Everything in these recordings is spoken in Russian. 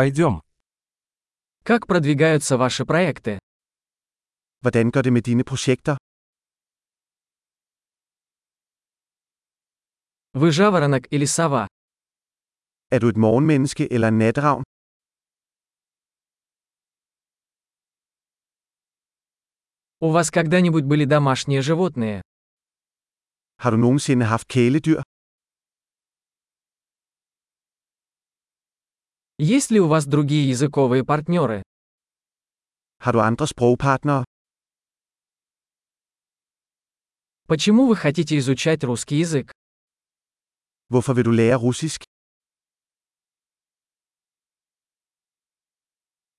Пойдем. Как продвигаются ваши проекты? Hvordan går det med dine projekter? Вы жаворонок или сова? Er du et morgenmenneske eller en natravn? У вас когда-нибудь были домашние животные? Har du nogensinde haft kæledyr? Есть ли у вас другие языковые партнеры? Har du andre sprogpartnere? Почему вы хотите изучать русский язык? Hvorfor vil du lære russisk?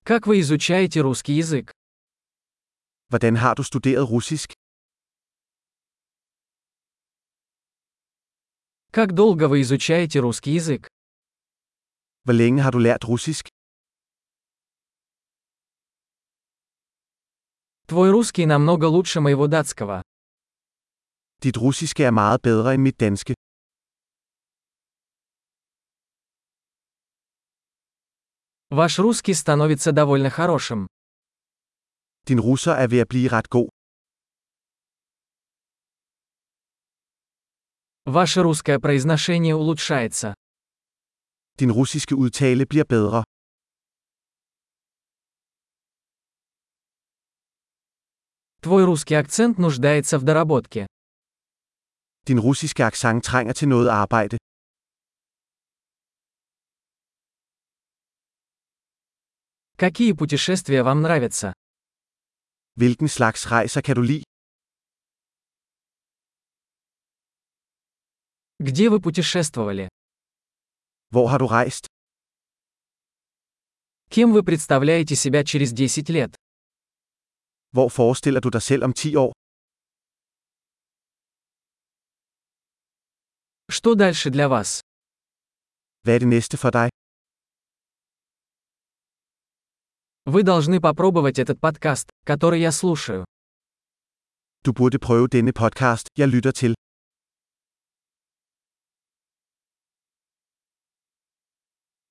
Как вы изучаете русский язык? Hvordan har du studeret russisk? Как долго вы изучаете русский язык? Hvor længe har du lært russisk? Твой русский намного лучше моего датского. Dit russiske er meget bedre end mit danske. Ваш русский становится довольно хорошим. Din russer er ved at blive ret god. Ваше русское произношение улучшается. Din russiske udtale bliver bedre. Твой русский акцент нуждается в доработке. Din russiske accent trænger til noget arbejde. Какие путешествия вам нравятся? Hvilken slags rejser kan du lide? Где вы путешествовали? Hvor har du rejst? Кем вы представляете себя через 10 лет? Hvor forestiller du dig selv om 10 år? Что дальше для вас? Hvad er det næste for dig? Вы должны попробовать этот подкаст, который я слушаю. Du burde prøve denne podcast, jeg lytter til.